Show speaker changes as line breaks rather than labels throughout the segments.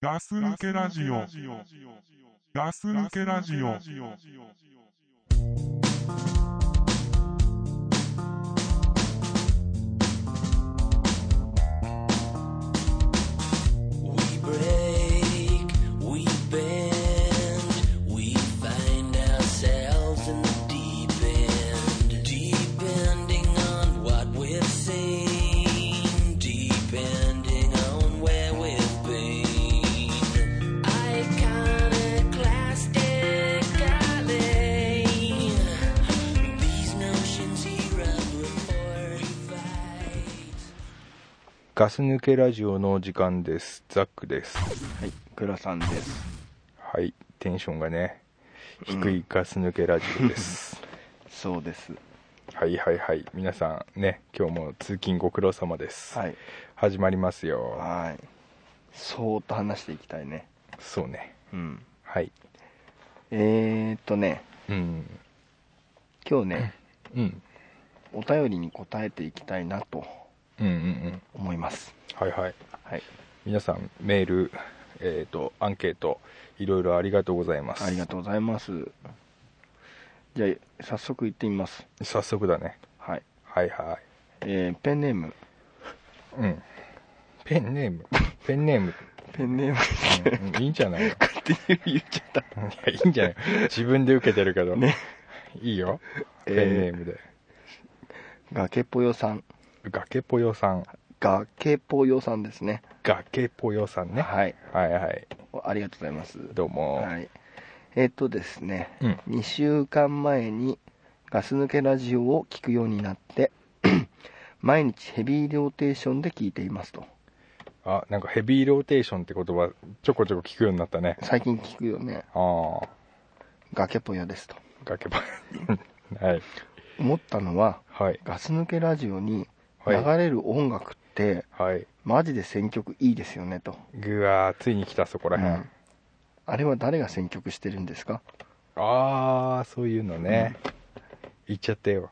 ガス抜けラジオ。ガス抜けラジオ。
We break, we bend, we find ourselves in the deep end. Depending on what we've seen, depending on where we've been. Iconoclastic alley. These notions erupt before we fight.
ガス抜けラジオの時間です。ザックです。
はい、グラさんです。
はい、テンションがね、
うん
低いガス抜けラジ オです。
そうです。
はいはいはい、皆さんね、今日も通勤ご苦労様です。
はい。
始まりますよ。
はい。そーっと話していきたいね。
そうね。
うん。
はい。
えーっとね、
うん。
今日ね、
うん。
お便りに答えていきたいなと
うんうんうん。
思います。
はいはい。
はい。
皆さん、メール、えっ、と、アンケート、いろいろありがとうございます。
ありがとうございます。じゃあ、早速行ってみます。
う。早速だね。
はい。
はいは
えー、ペンネーム。
い。うん。ペンネーム。ペンネーム。
ペンネーム
うんいいんじゃないの
っていう言っちゃった。
いや、いいんじゃない自分で受けてるけど。
ね。
いいよ。
え
ペ
ー
ンネームで。
崖ぽよさん。
崖ぽよさん。
崖ぽよさんですね。
崖ぽよさんね。
はい。
はいはい。
ありがとうございます。
どうも。
はい。えっとですね、
うん。
2週間前にガス抜けラジオを聞くようになって 毎日ヘビーローテーションで聞いていますと
あ、なんかヘビーローテーションって言葉、ちょこちょこ聞くようになったね。
最近聞くよね
ああ、
崖ぽよですと
崖ぽよ。 はい。
思ったのは
はい。
ガス抜けラジオに流
はい。
れる音楽って
はい。
マジで選曲いいですよねと、
ぐわー、ついに来た、そこらへん。
うんあれは誰が選曲してるんですか
ああ、そういうのね。言っちゃってよ。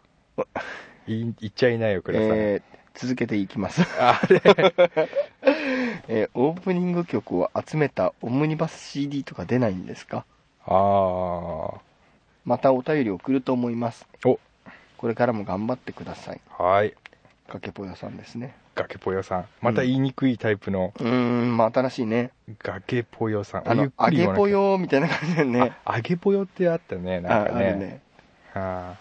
い言っちゃいないよ、ください。
えー続けていきます、
あれ
えーオープニング曲を集めたオムニバス CD とか出ないんですか
ああ、は
またお便り送ると思います
お
これからも頑張ってください
い。
かけぽよさんですね
崖ぽよさん。また言いにくいタイプの
うーんまあ新しいね
崖ぽよさん。
あ
ゆっ
の
く
揚
り
げ
言わなきゃ
ぽ。よみたいな感じでね
あ、揚げぽよってあったね、なんか
あある
ね。
ね
あ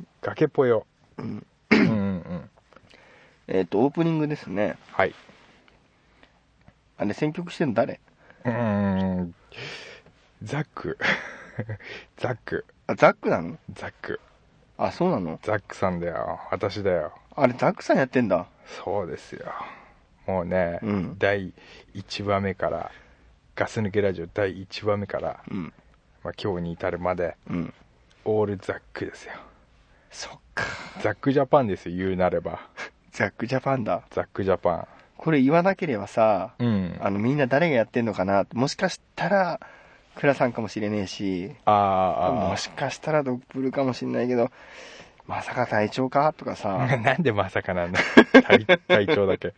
あ崖ぽよ。
うん
うんうんうん。
えっ、とオープニングですね
はい。
あれ選曲してるの誰
うーん。ザック。 ザック。
あザックなの
ザック。
あそうなの
ザックさんだよ。私だよ。
あれザックさんやってんだ
そうですよ。もうね、
うん
第1話目から、ガス抜けラジオ第1話目から、
うん
まあ、今日に至るまで、
うん
オールザックですよ。
そっか
ザックジャパンですよ、言うなれば。
ザックジャパンだ
ザックジャパ
これ言わなければさ
ン。うん。
あのみんな誰がやってんのかなもしかしたら倉さんかもしれねえし
あ
もしかしたらドップルかもしんないけど、まさか隊長かとか
あ。
さ、
なんでまさ かなんだ体体調だけ。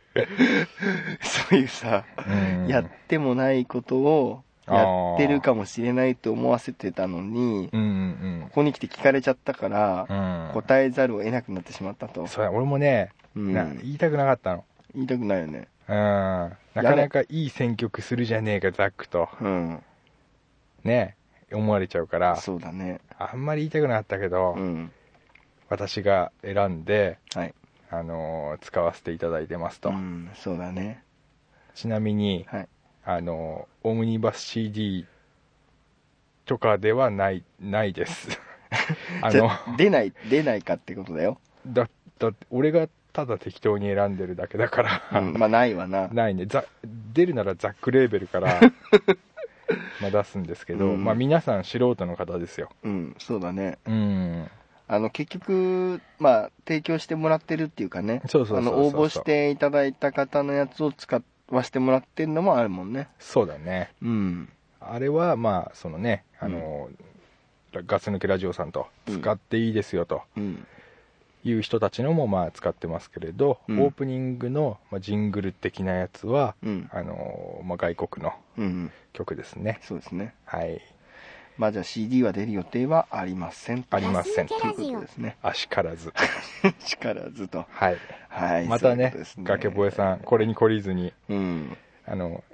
そういうさ、
うん
やってもないことをやってるかもしれないと思わせてたのに、
うん
ここに来て聞かれちゃったか
う
ら、
ん。うん。
答えざるを得なくなってしまったと。
そうだ俺もね、
うん
な言いたくなかったの。
言いたくないよね。
うん。なかなかいい選曲するじゃねえか、ザックと。
うん。
ね。思われちゃうから、
そうだね。
あんまり言いたくなかったけど、
うん。
私が選んで、
はい。
あのー使わせていただいてますと。
うん、そうだね。
ちなみに、
はい。
あのーオムニバス CD とかではない、な いです。あ
じ
の、
ゃ出ない、出ないかってことだよ。
だだって俺がただ適当に選んでるだけだか
う
ら、
ん、まあ、ないわな。
ないねざ出るならザックレーベルから まあ出すんですけど、
うん
まあ皆さん素人の方ですよ
うん、そうだね。
うん
あの結局、まあ、提供してもらってるっていうかね
そうそうそう
あ
そう
の応募していただいた方のやつを使わしてもらってるのもあるもんね
そうだね
うん
あれはまあそのねあの、ガス抜けラジオさんと
うん
使っていいですよと
うん
いう人たちのもまあ使ってますけれど、
うん
オープニングのまあジングル的なやつは、
うん
あのーまあ、外国の
うんうん
曲ですね
そうですね
はい
まあじゃあ CD は出る予定はありません
ありません
ということです ね
あしか らず
力ずっと
はい
はい
またね
そういうことです
崖越えさんこれに懲りずに
うん
あの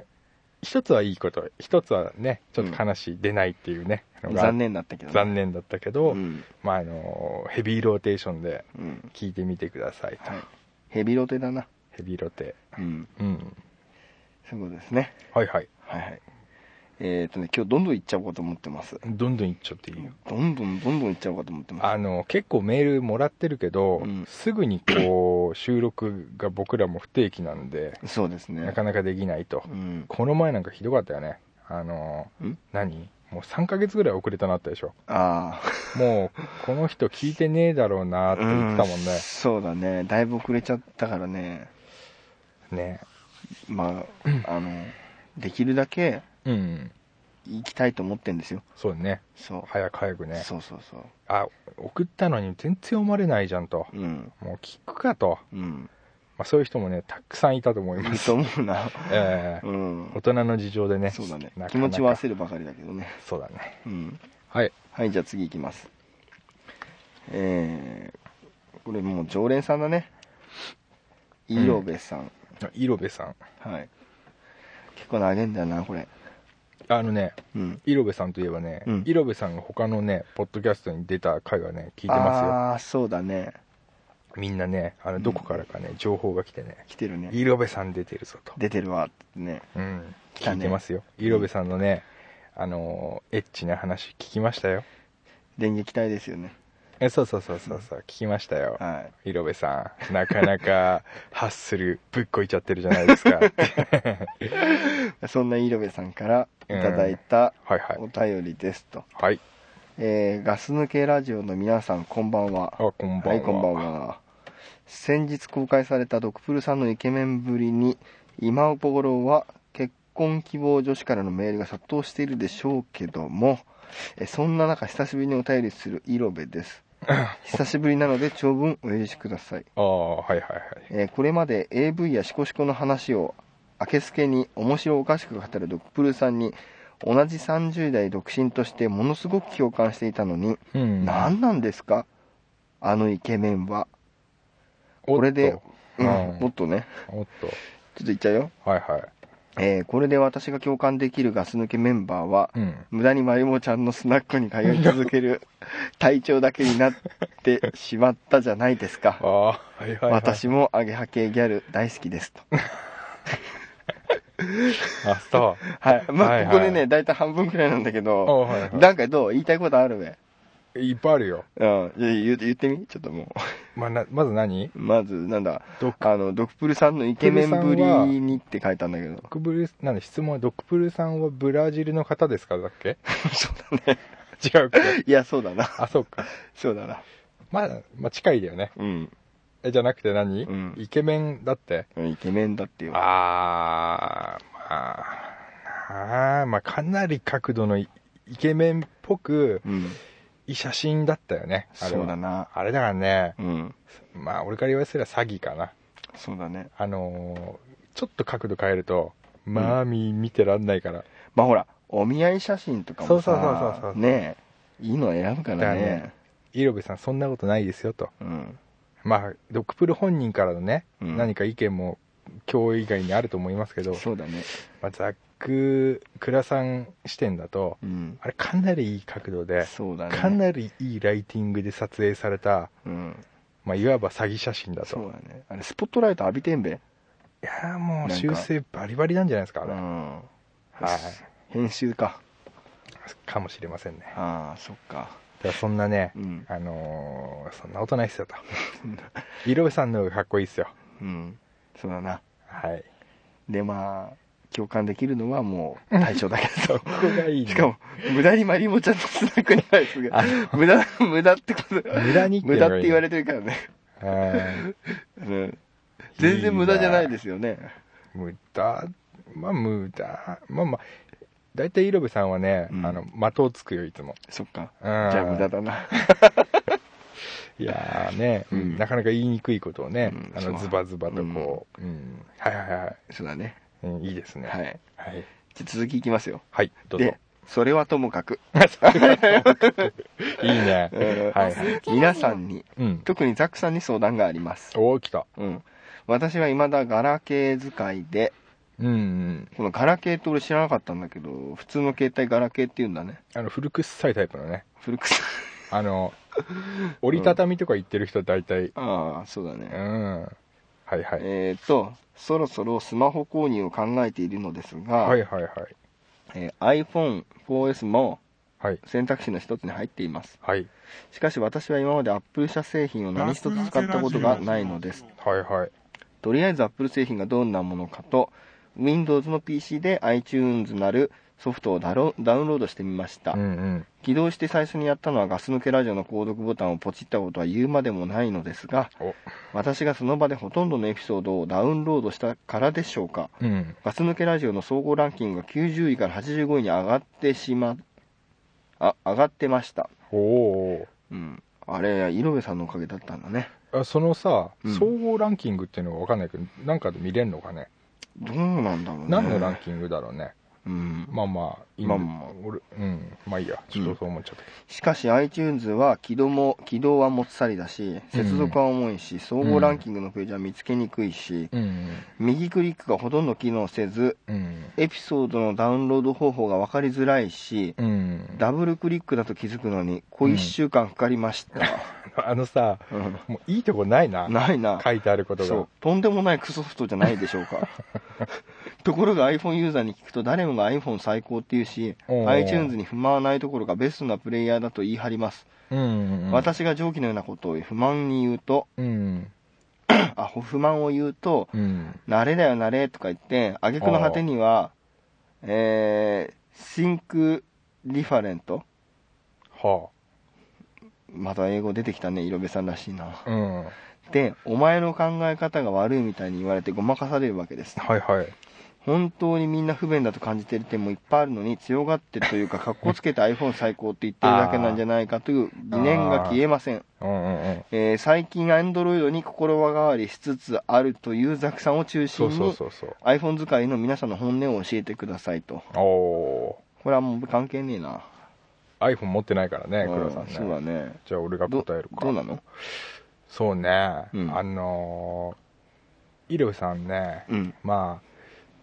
一つはいいこと一つはねちょっと悲しい、出ないっていうねのが
残念だったけどね
残念だったけど、
うん
まああのーヘビーローテーションで
うん
聞いてみてくださいと、
はいヘビロテだな
ヘビーロテ
うん
うん
そういうことですね
はいはい
はいはいえっ、とね今日どんどんいっちゃおうかと思ってます
どんどんいっちゃっていいよ
どんどんどんどんいっちゃおうかと思ってます
あの結構メールもらってるけど、
うん
すぐにこう収録が僕らも不定期なんで
そうですね
なかなかできないと、
うん
この前なんかひどかったよねあの
ん
何もう3ヶ月ぐらい遅れたなったでしょ
ああ
もうこの人聞いてねえだろうなって言ってたもん
う
ね、
そうだねだいぶ遅れちゃったからね
ね
まああのできるだけ
うん
行きたいと思ってんですよ
そうね
そう、
早く早くね
そうそうそう
あ送ったのに全然読まれないじゃんと、
うん
もう聞くかと、
うん
まあ、そういう人もねたくさんいたと思い
い
ま
い
す
と、思うな
ええ
うん
大人の事情でね
そうだね
なかなか
気持ちは焦るばかりだけどね
そうだね
うん
はい
はいじゃあ次行きますえー、これもう常連さんだね
ん
イロベさん、
あイロベさん
はい結構投げんだよなこれ
あのね
うん
イロベさんといえばね、
うん
イロベさんが他のねポッドキャストに出た回はね聞いてま
ああーそうだね
すよみんなねあのどこからかね、情報が来てね
来てるね
イロベさん出てるぞと、
出てるわってね
うん、
来た
聞
ね
いてますよ、イロベさんのねあのーエッチな話聞きましたよ
電撃隊ですよね
えそうそうそうそうそう聞きましたよ
はい
イロベさんなかなか ハッスルぶっこいちゃってるじゃないです かはい
そんなイロベさんからいただいた
はい
お便りですと、
はい
えーガス抜けラジオの皆さんこんばんは
あこんばんは、
はいこんばんは先日公開されたドクプルさんのイケメンぶりに今頃は結婚希望女子からのメールが殺到しているでしょうけどもえーそんな中久しぶりにお便りするイロベです久しぶりなので長文お許しください
ああはいはいはい
えーこれまで AV やシコシコの話を明けすけに面白おかしく語るドクプルさんに同じ30代独身としてものすごく共感していたのに、
うん
何なんですかあのイケメンは
おっと
これで、うん
うん
もっとね
おっと
ちょっといっちゃうよ、
はいはい
えーこれで私が共感できるガス抜けメンバーは、
うん
無駄にマリモちゃんのスナックに通い続け る体調だけになってしまったじゃないですか
ああはいはい、はい、
私もアゲハ系ギャル大好きです と
あそう
はい。まあ、
はいはい
ここでね、だいたい半分くらいなんだけ
あ
ど、
はいは
なんかどう言いたいことあるべ。
いいっぱいあるよ
うん。じゃあ言う言ってみちょっとも
まあなまず何
う。 まず、なんだ、
ドク
あの、ドクプルさんのイケメンぶりにって書いたんだけど。
ドクブルなんだ質問はドクプルさんはブラジルの方ですかだっけ
そうだね。
違うっけ
いや、そうだな。
あそうか
そうだな。
まあまあ近いだよね
うん。
えじゃなくて何、
うん
イケメンだって
イケメンだってよ。
あーまあなあまあかなり角度のイイケメンっぽく
うん。
いい写真だったよねあれは
そうだな。
あれだからね
うん。
まあ俺から言わせれば詐欺かな
そうだね。
あのーちょっと角度変えるとまあみ見てらんないから、
まあ、ほら、お見合い写真とかもさ、
そうそうそうそうそう
ねえ、いいの選ぶからね。
だねイロベさんそんなことないですよと
うん。
まあドクプル本人からのね、
うん
何か意見も今日以外にあると思いますけど、
そうだね。
まあ、ざっく倉さん視点だと
うん。
あれかなりいい角度で、
そうだね。
かなりいいライティングで撮影された、
うん。
まあ、いわば詐欺写真だと
そうだね。あれ、スポットライト浴びてんべ。
いやーも
なん
う
か
修正バリバリなんじゃないですかあれ、
うん
はい
編集か
かもしれませんね
ああそっか
ただそんなね、
うん
あのーそんなことないっすよと色部さんの方がかっこいいっすよ
うんそうだな
はい
でまあ共感できるのはもう対象だけ
そ
ど
こがいい、ね、
しかも無駄にマリモちゃんのスナックに対する
あ
無駄無駄ってこと
無駄にって
無駄って言われ
れ
てるからね、
る
うん、全然無駄じゃないですよね
無駄まあ無駄まあまあ大体色部さんはね、
うん
あの的をつくよいつも
そっか
じゃ
じゃあ無駄だな
いやーね、うん
うん
なかなか言いにくいことをね、
うん
あ
そう
のズバズバとこう、うんはいはいはい、
そうだね
うん、いいですね。
は
はい、
い
はい、
じゃあ続きいきますよ
どうぞ
で。それはともかく、
いいね。
うん
はいはい。
皆さんに
うん。
特にザックさんに相談があります、
おー、来た。
うん、私は未だガラケー使いで
うんうん。
このガラケーって俺知らなかったんだけど普通の携帯ガラケーって言うんだね
あの、古臭いタイプのね。
古 くさ
あの、 折りたたみとか言ってる人大体、
ああそうだね、
うん。はいはい。
えー、とそろそろスマホ購入を考えているのですが、
はいはいはい。
えー iPhone4S も
はい。
選択肢の一つに入っています
はい。
しかし私は今まで Apple 社製品を何一つ使ったことがないのです
はいはい。
とりあえず Apple 製品がどんなものかと Windows の PC で iTunes なるソフトをダロダウンロードしてみました、
うんうん。
起動して最初にやったのはガス抜けラジオの購読ボタンをポチったことは言うまでもないのですが
お
私がその場でほとんどのエピソードをダウンロードしたからでしょうか
うん。
ガス抜けラジオの総合ランキングが90位から85位に上がってしまあ上がってました
おー。
うんあれ井上さんのおかげだったんだね
あそのさ、
うん
総合ランキングっていうのが分かんないけど、なんかで見れるのかね、
どうなんだろうね
何のランキングだろうね、
うん
まあまあ、いいんだ
まあまあ
俺うん、まあいいや、ちょっとそう思っちゃったけ
しかし iTunes は起動も起動はもっさりだし接続は重いし、総合ランキングのページは見つけにくいし、
ど、うん、
右クリックがほとんど機能せず
うん、
エピソードのダウンロード方法が分かりづらいし、
うん、
ダブルクリックだと気づくのに小1週間かかりました、
あのさ、
うん
もういいとこないな、
ないな
書いてあること
そ
が
う、とんでもないクソソフトじゃないでしょうかところが iPhone ユーザーに聞くと誰もが iPhone 最高っていうし
おー
iTunes に不満はないところがベストなプレイヤーだと言い張ります、
うん、うん、
私が上記のようなことを不満に言うと
うん、
あほ不満を言うと
うん、
「慣れだよ慣れ」とか言って挙句の果てにはえー、シンクリファレント
は
また英語出てきたね色部さんらしいな
あ、うん、は
でお前の考え方が悪いみたいに言われてごまかされるわけです
いはい、
本当にみんな不便だと感じてる点もいっぱいあるのに強がってというか格好つけて iPhone 最高って言ってるだけなんじゃないかという疑念が消えません、
うん、うん、うん、
えー最近 Android に心変わりしつつあるというザクさんを中心
そう
に
そうそうそう、
iPhone 使いの皆さんの本音を教えてくださいと
お
これはもう関係ねえな、
ー、iPhone 持ってないからね、
う
黒
ん
田さ
そ
ん
う
ね。
だね
じゃあ俺が
ど
答えるか
どうなの
そうね、
うん
あのー、イレブさんね、
うん
ま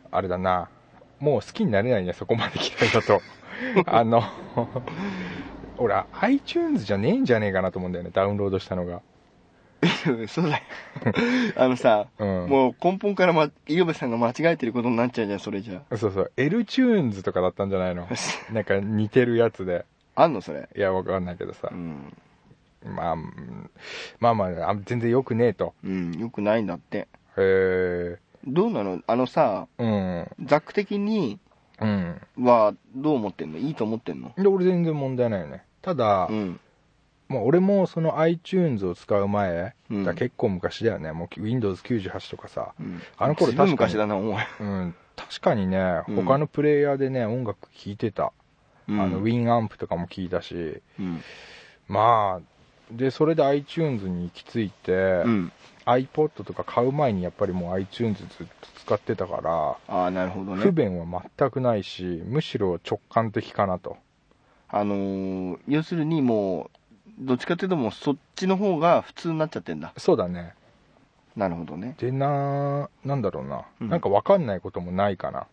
あ、あれだな、もう好きになれないね、そこまで嫌いだ と。あの、俺、iTunes じゃねえんじゃねえかなと思うんだよね、ダウンロードしたのが。
そう だよあのさ、
うん
もう根本から、ま、井上さんが間違えてることになっちゃうじゃんそれじゃ
そうそう、LTunes とかだったんじゃないのなんか似てるやつで。
あんのそれ
いや、わかんないけどさ
う。ん、
まあ、うんまあまあ、あ全然良くねえと。
うん、よくないんだって
へえ、
どうなのあのさ
うん、
ザック的に
うん。
はどう思ってんのいいと思ってんの
で、俺全然問題ないよね。ただ、
うん
まあ、俺もその iTunes を使う前、
うん
だから結構昔だよねもう Windows98 とかさ、
うん
あの頃
ずいぶん
確かに
昔だなお前、
うん、確かにね、
うん
他のプレイヤーでね音楽聴いてた、
うん、
あの WinAmp とかも聴いたし
うん、
まあでそれで iTunes に行き着いて、
うん、
iPod とか買う前にやっぱりもう iTunes ずっと使ってたから
ああなるほど
不
ね
便は全くないしむしろ直感的かなと
あのー要するにもうどっちかっていうともうそっちの方が普通になっちゃってんだ
そうだね
なるほどね
でななんだろうな、
うん
なんか分かんないこともないかな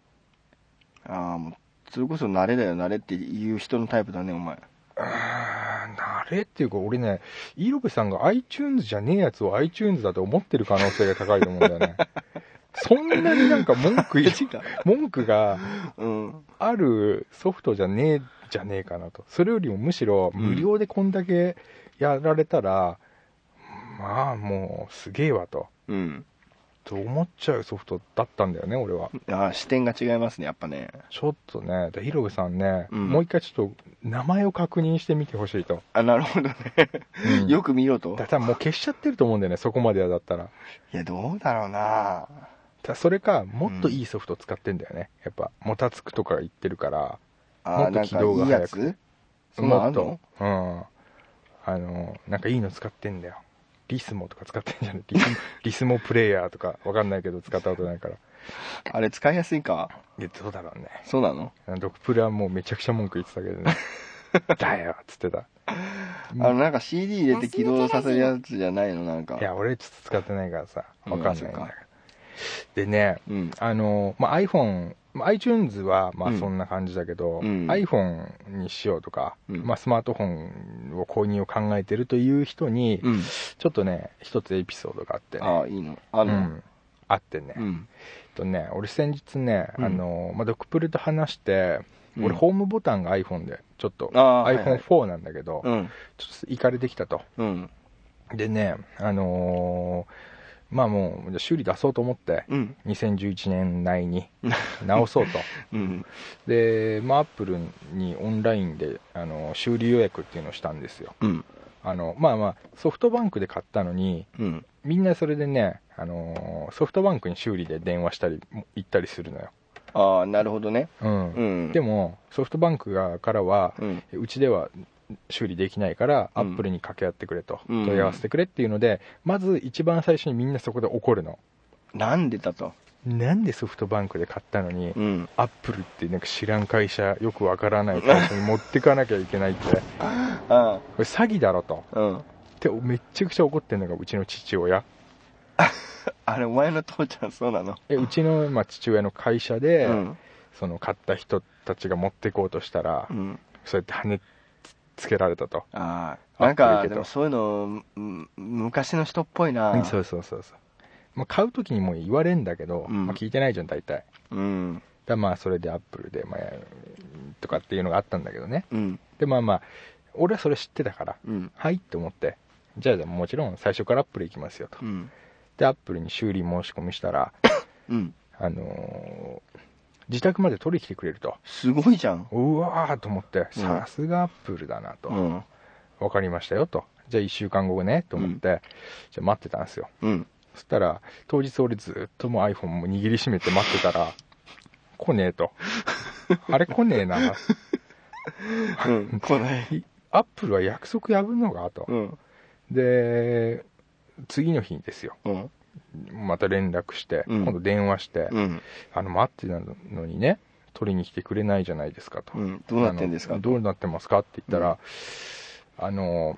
ああもうそれこそ慣れだよ慣れっていう人のタイプだねお前
あれっていうか、俺ね、イロベさんが iTunes じゃねえやつを iTunes だと思ってる可能性が高いと思うんだ よね。そんなになんか文句言文句が
うん
あるソフトじゃねえじゃねえかなと。それよりもむしろ無料でこんだけやられたら、まあもうすげえわと。
うん
と思っちゃうソフトだったんだよね、俺は。
ああ視点が違いますねやっぱね
ちょっとね、でイロベさんね、
うん
もう一回ちょっと名前を確認してみてほしい と。
あなるほどね、
うん
よく見ろと
だからもう消しちゃってると思うんだよね、そこまでだったら。
いやどうだろうな
ただそれかもっといいソフト使ってんだよね、やっぱもたつくとか言ってるから
ああな
もっ
ん
と軌
か
道
い
が
いや
速く
つそんなの
も
あ
っ
んの
とうんあの、なんかいいの使ってんだよ。リスモとか使ってんじゃない リスモリスモプレイヤーとかわかんないけど使ったことないから。
あれ使いやすいか
いや、どうだろうね。
そうなの
あのドクプラはもうめちゃくちゃ文句言ってたけ どね。だよっつってた。うん
あのなんか CD 入れて起動させるやつじゃないのなんか
いや、俺ちょっと使ってないからさ、
うん
わかんないんだ
そっ
か。
から
でね、
うん
あの、まあ、iPhone、まあ iTunes はま
う
あ
ん
そんな感じだけど、
うん
iPhone にしようとか、
うん
まあ、スマートフォンを購入を考えてるという人に、
うん
ちょっとね、一つエピソードがあってね。
ああいいのあ
う
の
んあってね、
うん、うん
えっとね、俺先日ね、
うん
あの、まあ、ドクプルと話して、俺ホームボタンが iPhone で、ちょっと
あーはいはい
iPhone4 なんだけど、
うん
ちょっと行かれてきたと。
うん
でね、あのーまあもう、じゃあ修理出そうと思って、
うん
2011年 内に直そうと。
うん
で、まあ、アップルにオンラインで、あの修理予約っていうのをしたんですよ。
うん
あの、まあまあ、ソフトバンクで買ったのに、
うん
みんなそれでね、あのーソフトバンクに修理で電話したり、も行ったりするのよ。
ああなるほどね
うん。
うん
でも、ソフトバンクがからは、
うん
うちでは修理できないから、
う
ア
ん
ップルに掛け合ってくれと、
うん
問い合わせてくれっていうので、まず一番最初にみんなそこで怒るの。
なんでだと
なんでソフトバンクで買ったのに、
うん
アップルってなんか知らん会社、よくわからない会社に持ってかなきゃいけないって、こ
あ
れ詐欺だろと。
あうん
って、めっちゃくちゃ怒ってるのがうちの父親。
あれお前の父ちゃんそうなの
えうちの、まあ、父親の会社で、
うん
その買った人たちが持ってこうとしたら、
うん
そうやって跳ねつつけられたと。
ああなんか
あ
でもそういうのうん昔の人っぽいな
そうそうそうそう。まあ、買う時にもう言われんだけど、
うん
まあ、聞いてないじゃん、大体。
うん
だまあ、それでアップルで、まあ、とかっていうのがあったんだけどね。
うん
で、まあまあ、俺はそれ知ってたから、
うん
はいって思って、じゃあじゃあもちろん最初からアップル行きますよと
う。ん
で、アップルに修理申し込みしたら、
うん
あのー自宅まで取り来てくれると。
すごいじゃん
うわーと思って、
うん
さすがアップルだなと。
うん
わかりましたよと。じゃあ1週間後ね、と思って、じゃあ待ってたんですよ。
うん
そしたら、当日俺ずっともう iPhone も握りしめて待ってたら、来ねえと。あれ来ねえな。
うん来ない
アップルは約束破んのかと
う。ん
で、次の日ですよ。
うん
また連絡して、
うん
今度電話して、
うん
あの、待ってたのにね、取りに来てくれないじゃないですかと。
うんどうなってんです
あ
か
のどうなってますかって言ったら、あの、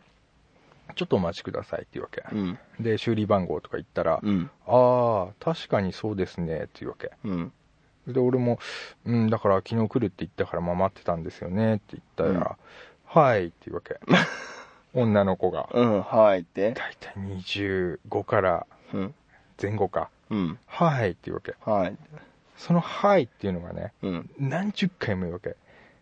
ちょっとお待ちくださいっていうわけ。
うん
で、修理番号とか言ったら、
うん
ああ、確かにそうですねっていうわけ。
うん
で、俺も、うん、だから昨日来るって言ったから、まあ待ってたんですよねって言ったら、はいっていうわけ。 女の子が、
うんはいって
だいたい25から
うん
前後か、
うん
はいっていうわけ。
はい
そのはいっていうのがね、
うん
何十回も言うわけ。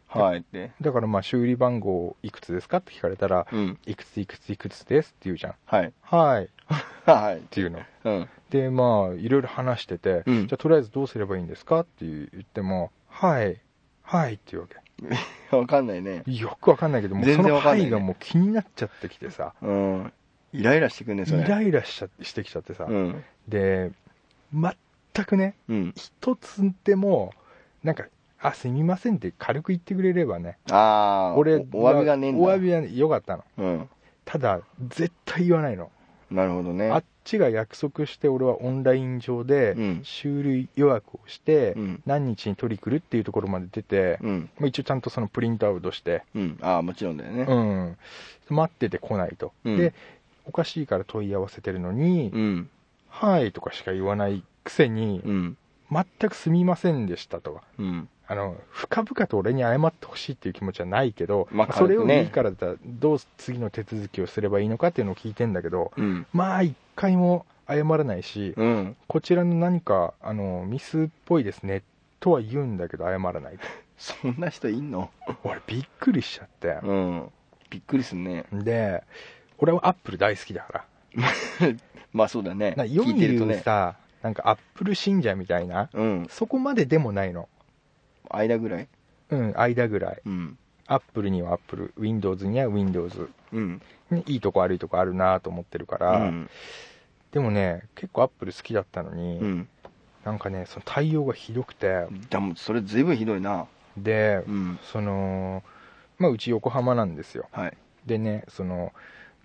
はいって
だからまあ修理番号いくつですかって聞かれたら、
うん
いくついくついくつですって言うじゃん。
はい
はいっ
はい
ていうの。
うん
でまあいろいろ話してて、
うん
じゃあとりあえずどうすればいいんですかって言っても「はいはい」っていうわけ
わかんないね
よくわかんないけどもう
全
そ
然
の「
わか
は
んないね
い」がもう気になっちゃってきてさ
うんイライラしてくんねそれ
イライラしちゃしてきちゃってさ、
うん
で全くね
うん
一つでもなんか「あすみません」って軽く言ってくれればね
ああ
俺
おお詫びがねえんだ
お詫びは良かったの
うん
ただ絶対言わないの
なるほどね
あっちが約束して俺はオンライン上で
うん
修理予約をして、
うん
何日に取り来るっていうところまで出て、
うん
まあ一応ちゃんとそのプリントアウトして、
うんああもちろんだよね
うん、待ってて来ないと、
うん
でおかしいから問い合わせてるのに「
うん
はい」とかしか言わないくせに「
うん
全くすみませんでした」とか。
うん
あの深々と俺に謝ってほしいっていう気持ちはないけど、
まあ
まあそれ
軽く
を
ね
いいからだったらどう次の手続きをすればいいのかっていうのを聞いてんだけど
うん
まあ一回も謝らないし、
うん
こちらの何かあのミスっぽいですねとは言うんだけど謝らない
そんな人いんの
と俺びっくりしちゃって、
うんびっくりすんね
で俺はアップル大好きだから
まあそうだね
な世
聞い
に
てる
言
と
う
ね
さ、なんかアップル信者みたいな
うん
そこまででもないの
間ぐらい
うん間ぐらい
うん
アップルにはアップル Windows には Windows
うん
ねいいとこ悪いとこあるなと思ってるから、
うん
でもね結構アップル好きだったのに、
うん
なんかねその対応がひどくて
じゃあもうそれずいぶんひどいな
で、
うん
そのまあうち横浜なんですよ
はい
でねその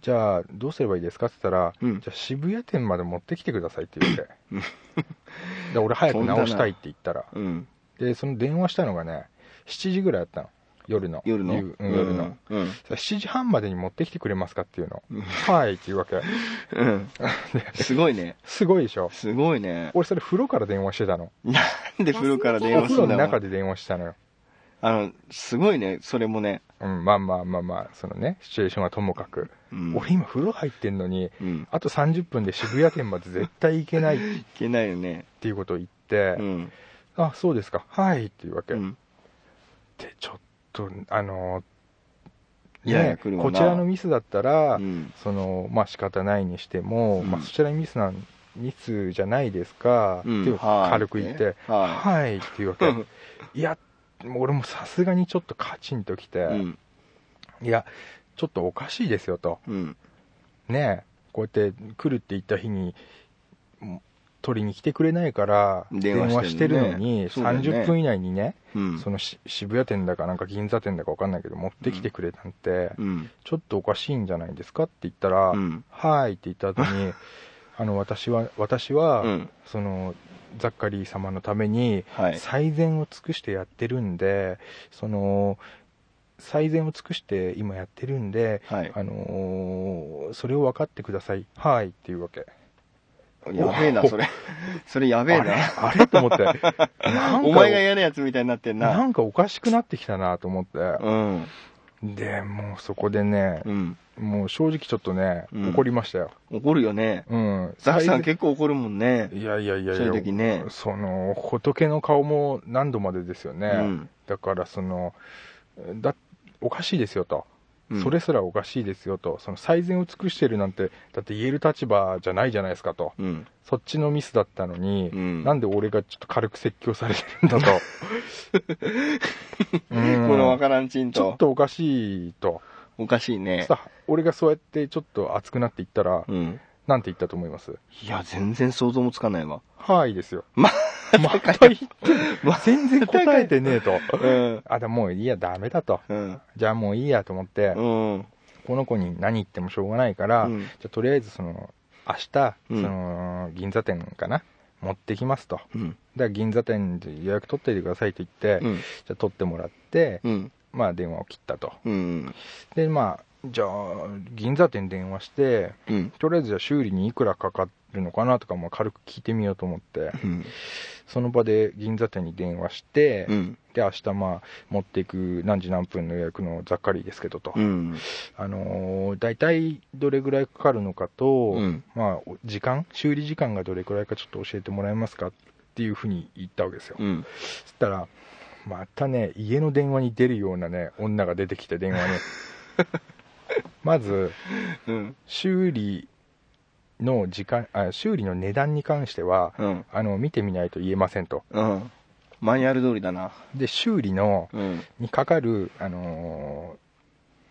じゃあどうすればいいですかって言ったら、
うん
じゃあ渋谷店まで持ってきてくださいっ て言って
うん
で俺早く直したいって言ったら
うん
でその電話したのがね7時ぐらいだったの夜の
夜の
夕うん夜の、
うん
そしたら7時半までに持ってきてくれますかっていうの
うん
はいっていうわけ
うん すごいね
すごいでしょ
すごいね
俺それ風呂から電話してたの
なんで風呂から電話
お風
する
呂
んだ
の
ろ
中
う
で電話したのよ
あのすごいねそれもね、
うんまあまあまあまあそのねシチュエーションはともかく、
うん、
俺今風呂入ってんのに
うん
あと30分で渋谷店まで絶対行け ないっ
いけないよね
ていうことを言って、
うん
あそうですかはいっていうわけ、
うん
でちょっとあの
いやいや来るわな
こちらのミスだったら、
うん
そのまあ仕方ないにしても、
うん
まあ、そちらにミスなんミスじゃないですか、
うん
っていう軽く言って「
は
はい」っていう わ
い
けいやもう俺もさすがにちょっとカチンときて、
うん
いやちょっとおかしいですよと
うん
ねえこうやって来るって言った日にもう取りに来てくれないから
電
電
話
話
し
してて
る
る
ね
のに
そうだよね
30分以内にね
うん
そのし渋谷店だかなんか銀座店だか分かんないけど持ってきてくれなんて
うん
ちょっとおかしいんじゃないですかって言ったら「
うん
はーい」って言った後に あの私は私は、
うん
そのザッカリー様のために
はい
最善を尽くしてやってるんでその最善を尽くして今やってるんで、
はい
あのーそれを分かってくださいはいっていうわけ
やべえなそれ それやべえ
あれ
な
あれと思っ てなんか
お前が嫌なやつみたいになってん
な
なん
かおかしくなってきたなと思って、
うん
でもうそこでね
う、ん
もう正直ちょっとね、
うん
怒りましたよ
怒るよね
うん
ザクさん
最
結構怒るもんね
いやいやいやい
そういう時
や
ね
その仏の顔も何度までですよね、
うん
だからそのだおかしいですよと、
うん
それすらおかしいですよとその最善を尽くしてるなんてだって言える立場じゃないじゃないですかと
うん
そっちのミスだったのに、
うん
なんで俺がちょっと軽く説教されてるん だと、うん
このわからんちん
ちょっ
と
とおかしいと
おかしいね
さ俺がそうやってちょっと熱くなっていったら、
うん
なんて言ったと思います
いや全然想像もつかないわ
はいで すよ
ま
また言って
ま
全然答えてねえと
うん
あでももういいやダメだと
うん
じゃあもういいやと思って、
うん
この子に何言ってもしょうがないから、
うん
じゃあとりあえずその明日、
うん
その銀座店かな持ってきますと
うん
で銀座店で予約取っていてくださいと言って、
う
じ
ん
ゃあ取ってもらって、
うん
まあ電話を切ったと
うん
でまあじゃあ銀座店電話して
うん
とりあえずじゃあ修理にいくらかかるのかなとかも軽く聞いてみようと思って
うん
その場で銀座店に電話して、
うん
で明日まあ持っていく何時何分の予約のざっかりですけどと、
うん
あのー大体どれぐらいかかるのかと、
うん
まあ、お時間修理時間がどれくらいかちょっと教えてもらえますかっていうふうに言ったわけですよ、
うん
そしたらまたね家の電話に出るようなね女が出てきて電話 にまず
うん
修理の時間あ修理の値段に関しては
うん
あの見てみないと言えませんと
うんマニュアル通りだな
で修理の
うん
にかかる、あのー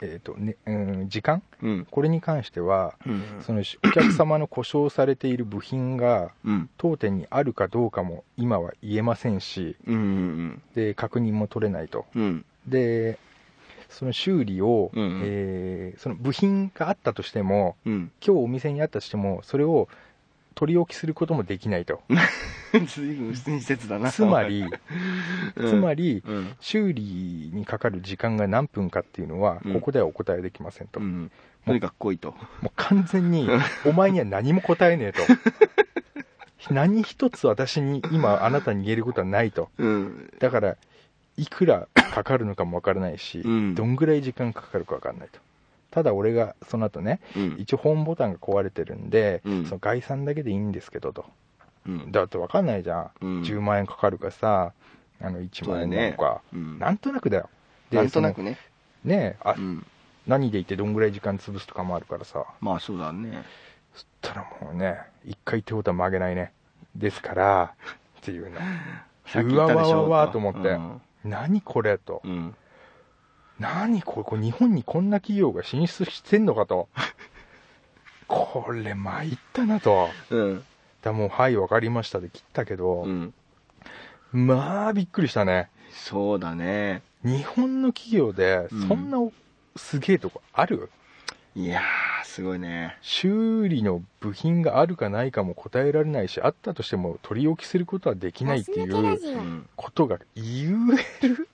えーとねうん、時間
うん
これに関しては
うん
そのお客様の故障されている部品が
うん
当店にあるかどうかも今は言えませんし
うんうん
で確認も取れないと
うん
でその修理を、
うんうん
えーその部品があったとしても
うん
今日お店にあったとしてもそれを取り置きすることもできないと
随分不親切だな
つまり、つま
り
り
うん
修理にかかる時間が何分かっていうのは
うん
ここではお答えできませんと、
うんとにかく来いと
もう完 全に、お前には何も答えねえと。 何一つ私に今あなたに言えることはないと。
うん
だから、いくらかかるのかもわからないし、
うん
どんぐらい時間かかるかわからないと。ただ俺がその後ね、
うん
一応ホームボタンが壊れてるんで、
うん
その概算だけでいいんですけどと。
うん
だってわかんないじゃん。
うん
10万円かかるかさ、あの1
そう
万
だ
円
ね
なのか、
うん
なんとなくだよ。で
なんとなくね
そのねえあ、
うん
何でいてどんぐらい時間潰すとかもあるからさ。
まあそうだね
そしたらもうね一回ってことは曲げないねですからっていうの
さっき言ったでしょ
うわわわわと思って
うん
何これと
うん
何これこれ日本にこんな企業が進出してんの かとこれ参ったなと
うん
だもう「はい分かりました」で切ったけど、
うん
まあびっくりしたね
そうだね
日本の企業で
うん
そんなおすげえとこある
いやー、すごいね。
修理の部品があるかないかも答えられないしあったとしても取り置きすることはできないって
ガ
い
ス抜き
う
ラジ
う
オ
ん。
ことが言える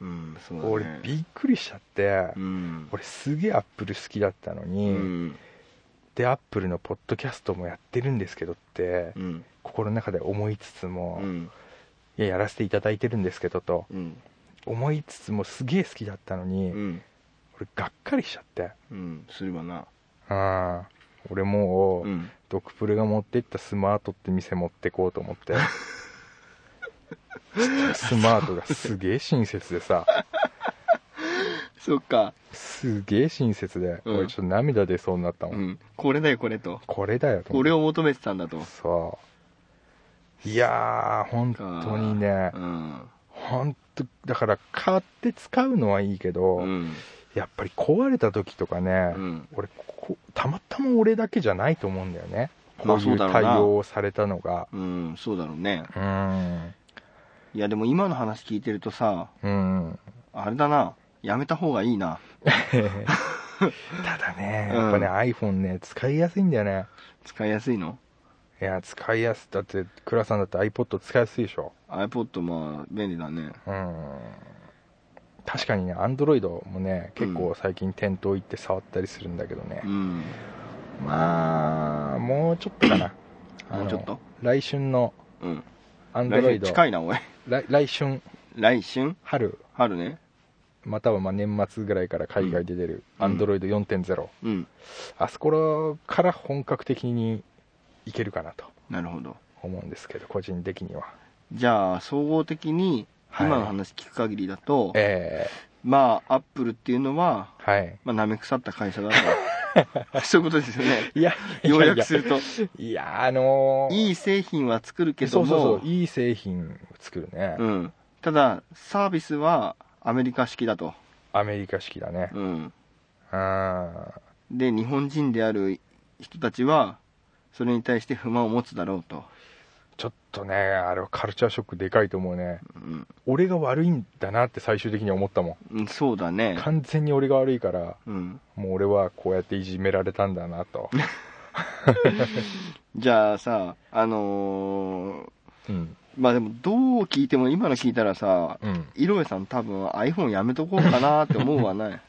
うん、そうだね。
俺びっくりしちゃって
うん。
俺すげえアップル好きだったの
う
に、
ん。
でアップルのポッドキャストもやってるんですけどって
うん。
心の中で思いつつも、
う
い
ん。
ややらせていただいてるんですけどと
うん。
思いつつもすげえ好きだったのに、
うん。
俺がっかりしちゃって
うん。すればな。
ああ俺もう、
うん。
ドクプルが持ってったスマートって店持ってこうと思って スマートがすげえ親切でさ
そっか。
すげえ親切で、
うん
俺ちょっと涙出そうになったもん、
うん。これだよ、これと。
これだよと思
こ
っ
れ
て
を求めてたんだと。
そういやー本当にね
うん。
本当だから買って使うのはいいけど、
うん。
やっぱり壊れた時とかね、
うん。
俺こたまたま俺だけじゃないと思うんだよね
ま
こ
あ
う
そ
いうう
だろうな
対応をされたのが
うん、そうだろうね。
うん
いや、でも今の話聞いてるとさ、
うん
あれだな。やめた方がいいな。
ただね、
うん
やっぱね、iPhone ね、使いやすいんだよね。
使いやすいの
いや、使いやすい。だって、倉さんだって iPod 使いやすいでしょ。
iPod まあ便利だね
うん。確かにね、Android もね、結構最近店頭行って触ったりするんだけどね
う。ん。
まあ、もうちょっとかな
もうちょっと
あの来春の
うん来春
Android。
近
い
いな おい
来来春、
来春
春、
春ね
またはまあ年末ぐらいから海外で出る
うん
Android 4.0。
うん
あそこから本格的にいけるかなと
なるほど
思うんですけど、個人的には。
じゃあ総合的に
はい
今の話聞く限りだと、
ええ
まあアップルっていうのは
はい。
まあ舐め腐った会社だ とそういうことですよね
いや、
要約すると
いや、あのー、
いい製品は作るけど
そう
も
そうそう、いい製品を作るね。
うん、ただサービスはアメリカ式だと、
アメリカ式だね。
うん、
あ
で日本人である人たちはそれに対して不満を持つだろうと、
ーちょっとね、あれはカルチャーショックでかいと思うね。
うん
俺が悪いんだなって最終的には思ったもん。
うん、そうだね
完全に俺が悪いから、
うん、
もう俺はこうやっていじめられたんだな と。
じゃあさあのー
うん。
まあでもどう聞いても今の聞いたらさ
うん。
井上さん多分 iPhone やめとこうかなって思うわない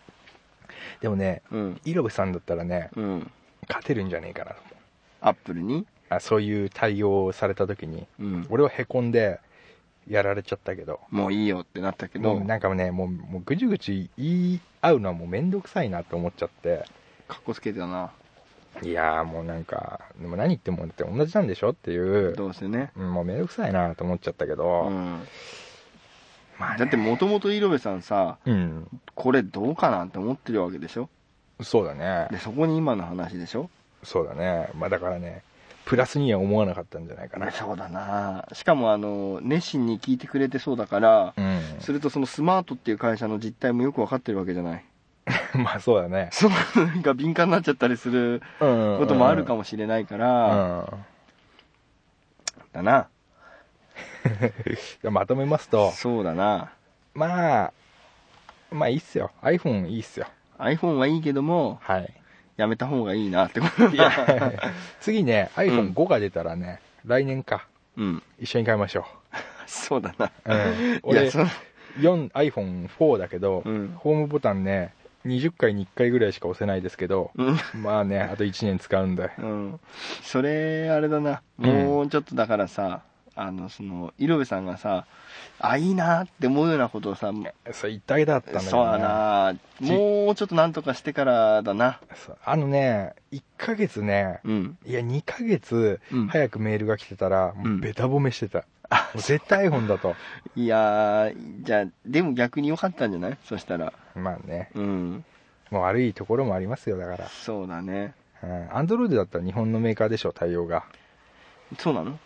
でもね、
うん
イロベさんだったらね、
うん
勝てるんじゃねえかなと思う
アップルに
あそういう対応をされた時に、
うん
俺はへこんでやられちゃったけど、
もういいよってなったけ
も
ど
うなんかねもうもうぐちゅぐちゅ言い合うのはもう面倒くさいなと思っちゃって
かっこつけてたない
やーもうなんかでも何言ってもだって同じなんでしょっていう
どうせね
うんもう面倒くさいなと思っちゃったけ
う
ど、
ん
まあね
だってもともと井上さんさ
うん
これどうかなって思ってるわけでしょ
そうだね
でそこに今の話でしょ
そうだねまあだからねプラスには思わなかったんじゃないかな
そうだなしかもあの熱心に聞いてくれてそうだから
うん
それとそのスマートっていう会社の実態もよく分かってるわけじゃない
まあそうだね
そのなんか敏感になっちゃったりする こ
こと
もあるか
も
もしれないか
う
ら、
ん
だな
じゃあまとめますと
そうだな
まあまあいいっすよ iPhone いいっすよ
iPhone はいいけども
はい
やめた方がいいなってこと
い
だ
や次ね iPhone5 が出たらね、来年か
うん
一緒に買いましょ
そうだな
う、うん、
い
俺
やその
iPhone4 だけど、
うん
ホームボタンね20回に1回ぐらいしか押せないですけど、
うん
まあねあと1年使うんで
うんそれあれだなもうちょっとだからさ、あのその井上さんがさあいいなって思うようなことをさ
それ言ってあげたかったんだけ
そう
ど
だなもうちょっとなんとかしてからだな
そうあのね1ヶ月ね
うん
いや2ヶ月
うん
早くメールが来てたら、もうベタ褒めしてた、もう絶対 iPhone だと
いやーじゃあでも逆に良かったんじゃないそしたら
まあね
うん
もう悪いところもありますよだか
そうだね
らアンドロイドだったら日本のメーカーでしょ対応が
そうなの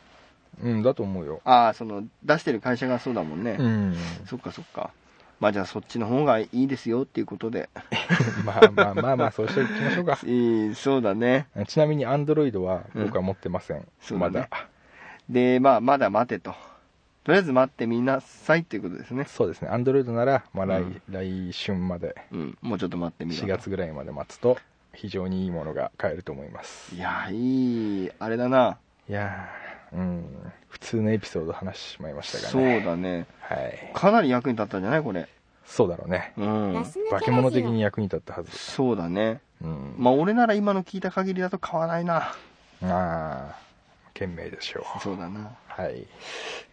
うんだと思うよ
ああその出してる会社がそうだもんね、
うん
そっかそっかまあじゃあそっちの方がいいですよっていうことで
まあまあまあまあそうしていきましょうか
いいそうだね
ちなみにアンドロイドは僕は持ってません、
そうだ
ま
ね
だ
でまあまだ待てととりあえず待ってみなさいっていうことですね。
そうですね、アンドロイドなら、まあ来
うん
来春まで、
うん。もうちょっと待ってみろ
4月ぐらいまで待つと、非常にいいものが買えると思います。
いや、いい、あれだな。
いやーうん、普通のエピソード話してしまいましたが
そう
ね、
だね。
はい、
かなり役に立ったんじゃないこれ。
そうだろうね、
うん。
化け物的に役に立ったはず、
そうだね。
うん、
まあ、俺なら今の聞いた限りだと買わないな。
まあ、賢明でしょう。
そうだな。
はい、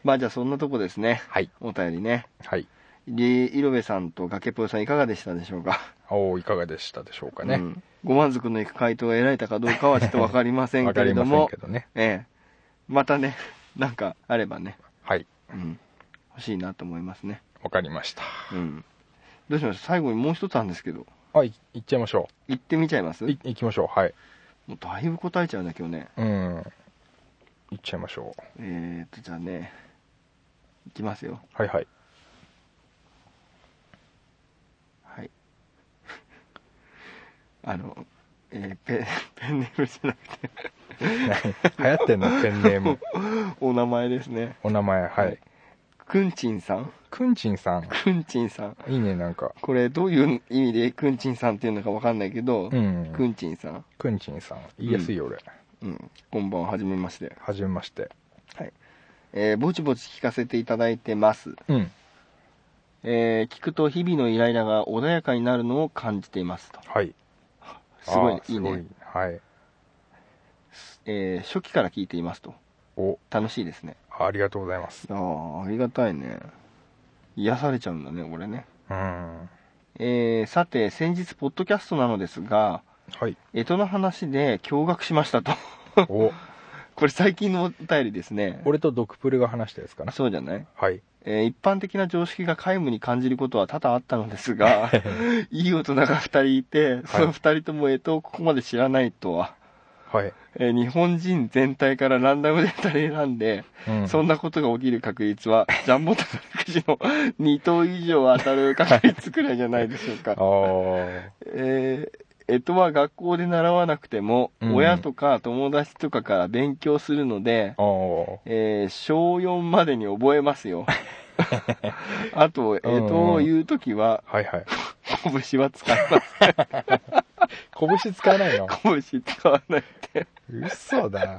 まあ、じゃあそんなとこですね。
はい、
お便りね。
はい、
で、いろべさんと崖っぽよさんいかがでしたでしょうか。
おーいかがでしたでしょうかね
う。んご満足のいく回答が得られたかどうかはちょっとわかりません
わ
け
か
れ
り
ど
ません
も
け、どね。
ええ。またね、なんかあればね、
はい、
うん。欲しいなと思いますね。
わかりました。
うん。どうしましょう最後にもう一つあるんですけど、
あ、い行っちゃいましょ
行ってみちゃいます
う。い行きましょう、はい。
もうだいぶ答えちゃうね今日ね
うん、行っちゃいましょう。
えーとじゃあねいきますよ
はいはい。
はいあのえーペ ペンネームじゃなくて
流行ってんのペンネーム
お名前ですね
お名前は
はい
い
くんちんさん
くんちんさん
くんちんさん
いいねなんか
これどういう意味でくんちんさんっていうのかわかんないけど、
うん
くんちんさん、
くんちんさん言いやすいよ俺
うん、こんばんははじめまして、
はじめまして
えーぼちぼち聞かせていただいてます、
うん
えー聞くと日々のイライラが穏やかになるのを感じていますと
はい
すごいね
あー
いいね
はい
えー初期から聞いていますと
お
楽しいですね
ありがとうございます
ああありがたいね癒されちゃうんだねこれね
うんは
えーさて先日ポッドキャストなのですが
い
干支の話で驚愕しましたと
お
これ最近のお便りですね
俺とドクプルが話したやつかな
そうじゃない、
はい
えー一般的な常識が皆無に感じることは多々あったのですが いい大人が2人いてその2人とも干支をここまで知らないとは、
はい
えー日本人全体からランダムで2人選んで
うん
そんなことが起きる確率は、ジャンボ宝くじの2等以上当たる確率くらいじゃないでしょう
あ
か。
ー
えー、えとは学校で習わなくても、
うん
親とか友達とかから勉強するので
あ、ー
えー小4までに覚えます よ。あと、えとを言うときは、
はいはい
拳は使いま
拳使わないの
す。拳使わない。
嘘だ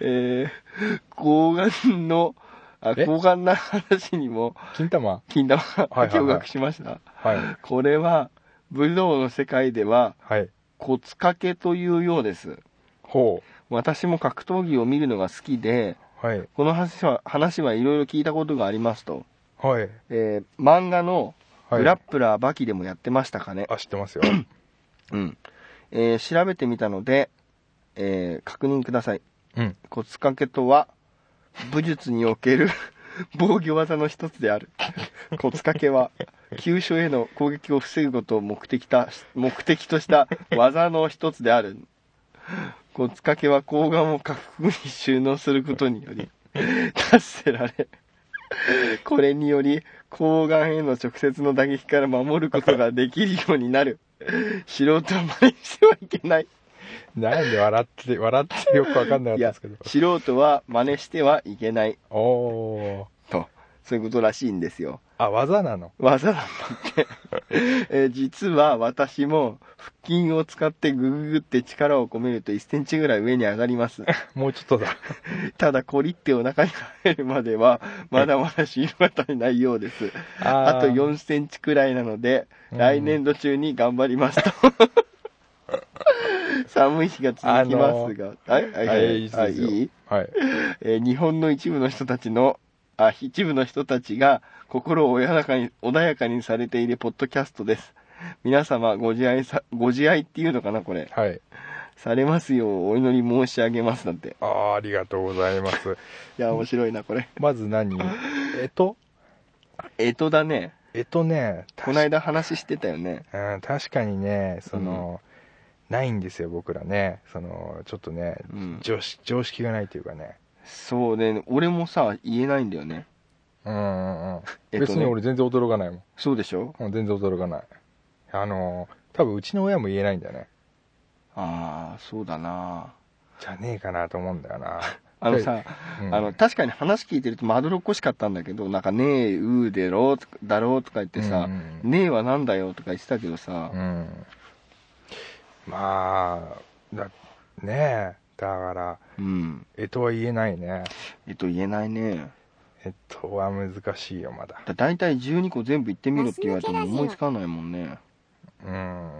えー、睾丸の、あ、
え
睾丸な話にも、
金玉
金玉
は
が
いはい
驚愕しました。
はい
これは武道の世界では
はい
コツ掛けというようです
ほ
私も格闘技を見るのが好きで
うはい
この話は話はいろいろ聞いたことがありますと、
はい
えー漫画の「
はい
グラップラーバキ」でもやってましたかね、
あ知ってますよ
うんえー調べてみたので、えー確認ください
うん
コツ掛けとは武術における 防御技の一つであるコツ掛けは急所への攻撃を防ぐことを目的た目的とした技の一つであるコツ掛けは睾丸を下腹部に収納することにより達せられこれにより睾丸への直接の打撃から守ることができるようになる素人は真似してはいけない
なんで笑って、笑ってよくわかんな
い
かったん
や
ですけど。
素人は真似してはいけない
おー。
とそういうことらしいんですよ
あ、技なの。
技なんだ って、えー実は私も腹筋を使ってグググって力を込めると1センチぐらい上に上がります
もうちょっとだ。
ただコリってお腹に入るまではまだまだ知り渡りないようです
あー
あと4センチくらいなので
うん
来年度中に頑張ります と寒い日が続きますが、はいはいは
はいいいいですよ
あいい
はい。
えー日本の一部の人たちのあ一部の人たちが心を穏やかに穏やかにされているポッドキャストです皆様ご自愛さご自愛っていうのかなこれ
はい。
されますようお祈り申し上げますなんて
あーありがとうございます。
いや面白いなこれ
まず何えと、
えとだね
えとね、た
この間話してたよね
うん、確かにね、その、ないんですよ、僕らね。その、ちょっとね、
うん
常識、常識がないというかね。
そうね俺もさ言えないんだよね
うんうん うん。
えと
別
ね
に俺全然驚かないもん。
そうでしょ
うん全然驚かない。あの、多分うちの親も言えないんだよね。
ああそうだな
じゃねえかなと思うんだよな。
あのさ、
うん
あの、確かに話聞いてるとまどろっこしかったんだけど、なんか、ねえ、うーでろうとか、だろうとか言ってさ
う、ん
ねえはなんだよとか言ってたけどさ
う、ん、まあだねえだから
うん。
えとは言えないね
えっと、言えないね。
えとは難しいよまだ
だだいたい12個全部言ってみろって言われても思いつかないもんね。
うん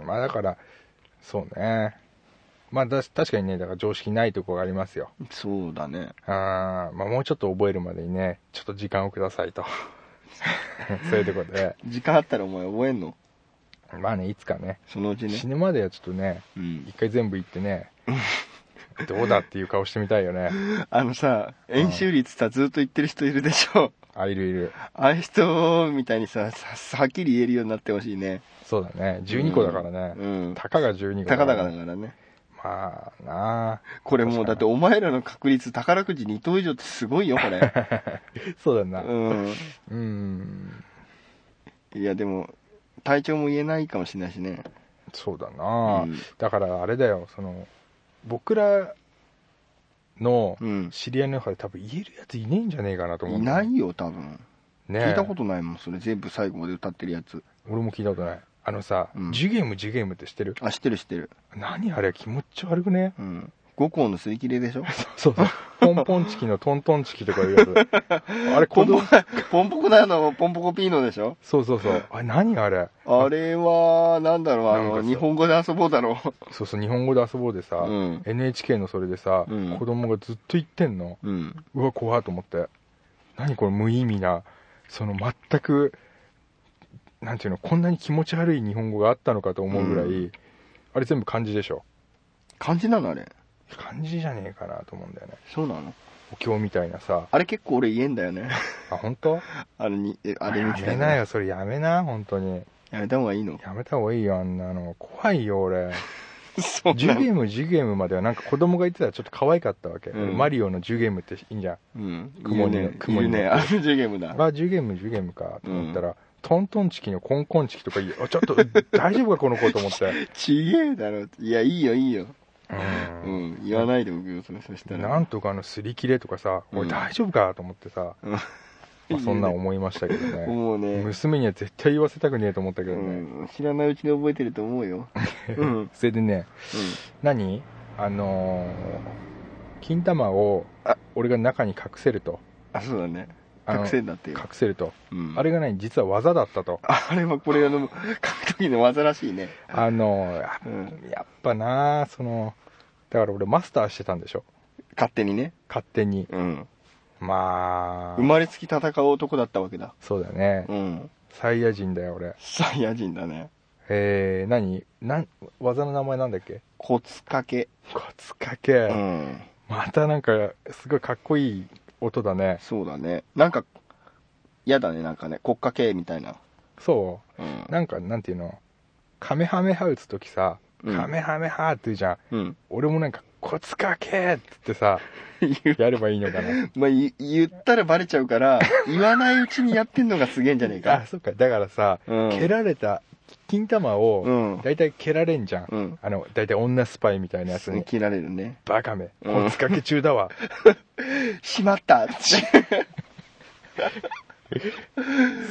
まあだからそうねまあだし確かにねだから常識ないとこがありますよ
そうだね。
あー、まあ、もうちょっと覚えるまでにねちょっと時間をくださいと そういうとこで
時間あったらお前覚えんの
まあねいつかね
そのうちね
死。ぬまではちょっとね
うん
一。回全部言ってねどうだっていう顔してみたいよね
あのさ、演習率さ、ずっと言ってる人いるでしょ。
あいるいる
ああいう人みたいにさ、さはっきり言えるようになってほしいね。
そうだね12個だからね、
うん。
たかが12個
たかだか
ね
だからね。
まあなあ
これもうだってお前らの確率宝くじ2等以上ってすごいよ、これ。
そうだなう
うん。
ーん
いや、でも、体調も言えないかもしれないしね。
そうだな、
うん
だからあれだよその僕らの
うん。
知り合いの中で多分言えるやついねえんじゃねえかなと思う
い
い
ないよ、多分。
ね
聞いたことないもん、それ。全部最後まで歌ってるやつ。
俺も聞いたことないあのさ、
うん
ジュゲームジュゲームって知ってる
あ、知ってる知ってる。
何あれ気持ち悪 くね
うん。五校の擦り切れで しょ
そうそうポンポンチキのトントンチキとかいうや つあれ
ポ
子
ンポ
供
コ、ポンポコなの、ポンポコピーノでしょ
そうそうそうあれ何あれ
あれは、なんだろう、あ
なんか
の、
さ
日本語で遊ぼうだろ
そうそう日本語で遊ぼうでさ、
う。うん。
NHK のそれでさ、
うん
子供がずっと言ってんの
うん。
うわ怖いと思って何これ無意味なその全くなんていうのこんなに気持ち悪い日本語があったのかと思うぐらい、
う
あれ全部漢字でしょ
漢字なのあれ。
漢字じゃねえかなと思うんだよね
そうなの
お経みたいなさ
あれ結構俺言えんだよね。
あ本当
あれに、えあれに
や
来た
めなよそれやめな本当に
やめた方がいい の
やめた方がいいよあんなの怖いよ 俺
そう
ジュ
な
ゲ
の
ームジュゲームまではなんか子供が言ってたらちょっと可愛かったわけ、
うん
マリオのジュゲームっていいんじゃん
うん。い
雲
る
に
ね。い
雲
る
に
ね。あのジュゲームだ。
あ、ジュゲーム、ジュゲームかと思ったら、トントンチキのコンコンチキとかいいあちょっと、大丈夫か、この子と思って。
ちげえだろ。いや、いいよ、いいよ。 う
うん
ん。言わないでおくよ、それ。そしたら。
なんとかあの擦り切れとかさ、
うん
おい大丈夫かと思ってさ、
うん
まあ、そんなん思いましたけど ね、
思うね。
娘には絶対言わせたくねえと思ったけ
う
どね、
ん。知らないうちに覚えてると思う よ。うん。
それでね、何あのー金玉を
あ
俺が中に隠せると、
あ、そうだね。
あの
覚醒だってよ
隠。せると、
うん
あれがね、実は技だったと、
あれはこれあの、書くときの技らしいね。
あのーや
うん。
やっぱなその、だから俺、マスターしてたんでしょ。
勝手にね。
勝手に
うん。
まあ
生まれつき戦う男だったわけだ。
そうだね、
うん。
サイヤ人だよ俺
サイヤ人だね。
えー、何なん技の名前なんだっけ
コツかけ。
コツかけ、
うん。
またなんかすごいかっこいい音だね
そうだね。なんか、嫌だね、なんかね。骨かけみたいな。
そ
うん
う。なんかなんていうのカメハメハ打つ時さ、
うん
カメハメハって言うじゃん
うん。
俺もなんかコツかけっつって さ
言う
やればいいのかな
まあ、言言ったらバレちゃう から、言わないうちにやってんのがすげえんじゃねえ
あ
か。
そっかだからさ、
うん。
蹴られた金玉
う
を
ん。
大体蹴られんじゃん、
うん。
あの大体女スパイみたいなやつに
切られるね。
バカめ
うん
コツかけ中 だわ、
しまったって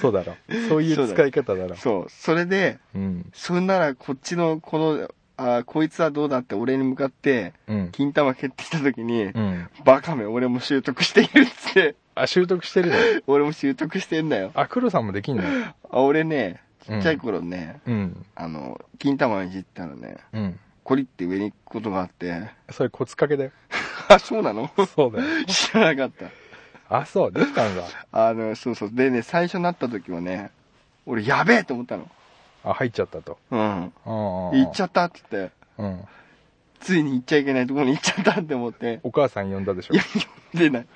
そうだろそういう使い方だろ
そう。 それで、
うん
そんならこっちの、この、あーこいつはどうだって俺に向かって、
うん
金玉蹴ってきた時に、
うん
バカめ、俺も習得しているっつって、
あ習得してるの
俺も習得してんだよ。
あ黒さんもできんの
あ俺ね、ちっちゃい頃ね、
うん
あの、金玉いじったらね、
うん
コリって上に行くことがあって、
それコツかけだよ
あ、そうなの
そうだよ
知らなかった。
あそうできたんだ
あの、そうそう。でね、最初なった時はね、俺やべえと思ったの。
あ入っちゃったと
うん。
あ
行っち
ゃ
ゃったって言って、
うん
ついに行っちゃいけないところに行っちゃったって思って、
お母さん呼んだでしょ
いや、出ない。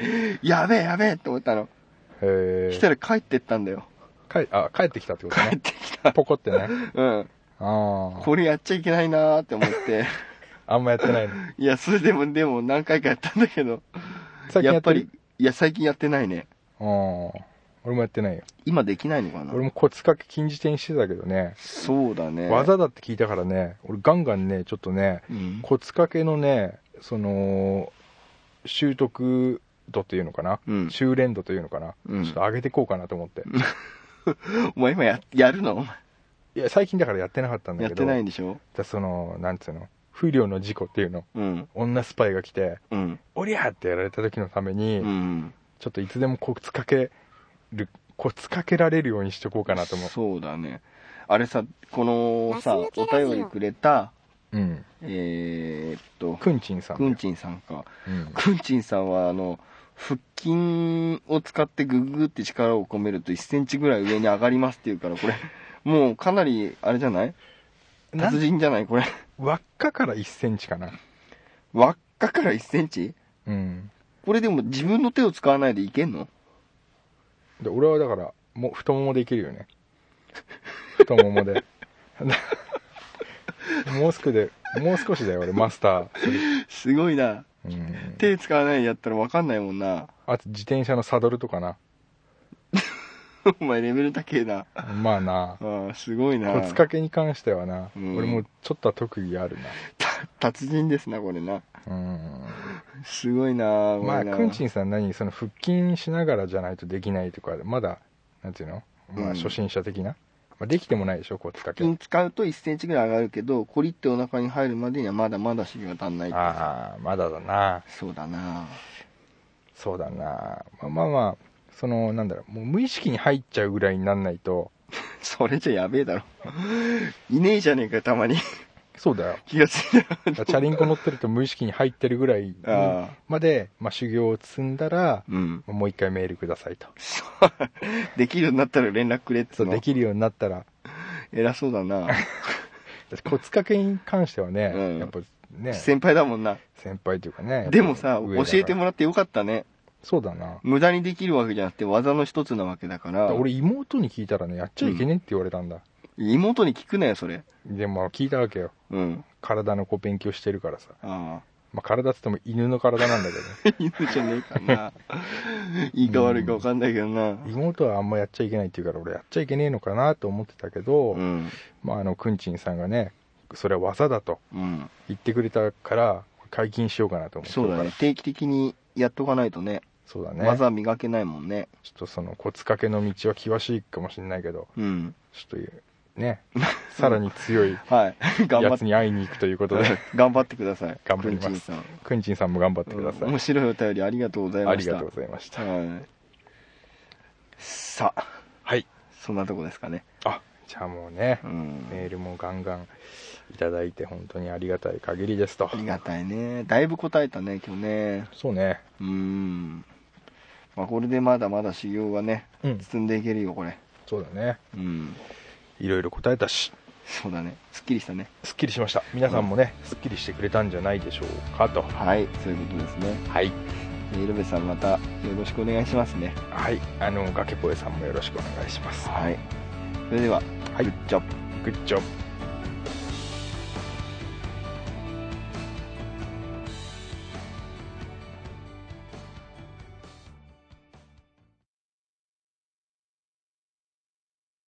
やべえやべえって思ったの。
へ
し
え
たら帰ってったんだよ。
帰あ帰ってきたってこと
帰っ
ね
てきた。
ポコってね
うん。
あ
これやっちゃいけないなーって思って。
ああんまやってないの
いや、それでも、でも何回かやったんだけど、
最近
やっぱ
てる
り、いや、最近やってないね。
うん俺もやってないよ
今できないのかな
俺もコツかけ禁じ手にしてたけどね
そうだね。
技だって聞いたからね俺ガンガンねちょっとね
うん。
コツかけのねその習得度というのかな、
うん
修練度というのかな、
うん
ちょっと上げていこうかなと思って。
お前今ややるのお前
いや、最近だからやってなかったんだ
やっ
け
て
ど、
ないんでしょ
だその、なんつうの、不慮の事故っていうの、
うん
女スパイが来て、
うん
おりゃーってやられた時のために、
うん
ちょっといつでもコツかける、コツかけられるようにしとこうかなと思う。
そうだねあれさこのさ
ガス抜
お
けラジオ
便りくれた
うん。
えーっと
くんちんさん。
くんちんさんか
うん。
くんちんさんはあの腹筋を使ってグググって力を込めると1センチぐらい上に上がりますっていうからこれもうかなりあれじゃない
な
達人じゃないこれ
輪っかから1センチかな。
輪っかから1センチ
うん。
これでも自分の手を使わないでいけんの
で、俺はだから、もう太ももでいけるよね。 太ももで。 もう少しで、もう少しだよ、俺、マスター。
すごいな
うん。
手使わないでやったら分かんないもんな
あと、自転車のサドルとかな。
お前レベル高えな
まあな。
あーすごいな
コツかけに関してはな、
うん
俺もうちょっとは特技ある
た達人ですなこれな
な。うん。
すごいなお
ま
前
あ、
な
くんちんさん何その腹筋しながらじゃないとできないとか、まだ、なんていうのまあ
うん
初心者的な。まあ、できてもないでしょ、コツかけ。
筋使うと1センチぐらい上がるけどコリってお腹に入るまでにはまだまだ修行が足んないって
ああ、まだだな。
そうだな
そうだな。まあまあまあ、その、なんだろう、もう無意識に入っちゃうぐらいになんないと、
それじゃやべえだろいねえじゃねえかよたまに
そうだよ。
気がついた
だからチャリンコ乗ってると無意識に入ってるぐらい
らああ
まで、まあ修行を積んだら、
うん
もう一回メールくださいと。
そうできるようになったら連絡くれっつ
そうう、
の
できるようになったら、
偉そうだ な
私コツかけに関してはね、
うん
やっぱね、
先輩だもんな
先輩というかね。
でもさ
上
教
だから
えてもらってよかったね
そうだな。
無駄にできるわけじゃなくて技の一つなわけだから
俺妹に聞いたらね、やっちゃいけねえって言われたんだ。
妹に聞くなよそれ
でも聞いたわけよ。
うん
体のこう勉強してるからさ。
あ
まあ、体っつっても犬の体なんだ け
あ 犬じゃねえか ないいか悪いか分かんないけどな
ど、ね、妹はあんまやっちゃいけないって言うから、俺やっちゃいけねえのかなと思ってたけど、
うん
まああの、くんちんさんがね、それは技だと
うん
言ってくれたから、解禁しようかなと思って
そうだね。定期的にやっとかないとね
そうだね。
技磨けないもんね
ちょっとその、コツかけの道は険しいかもしれないけど、
うん
ちょっと、 ね、さらに強い
はい頑張
や
っ
つに会いに行くということで、
頑張ってください
頑張ります
くんちんさん
くんちんさんも頑張ってください。
面白いお便りありがとうござい
あ
ま
り
した
がとうございました。
はいさあ
はい。
そんなとこですかね
あ、じゃあもうね
う、ん
メールもガンガンいただいて本当にありがたい限りですと
あ。りがたいねだいぶ答えたね今日ね
そうね。
うん、まあ、これでまだまだ修行がね
うん。
進んでいけるよこれ
そうだね。
うん
いろいろ答えたし、
そうだねすっきりしたね
すっきりしました。皆さんもね、すっきりしてくれたんじゃないでしょうかと。
はいそういうことですね
はい。
イルベさんまたよろしくお願いしますね
はい。あの、崖っぽえさんもよろしくお願いします。
はいそれでは、
はい
グッジョブ
グッジョブ。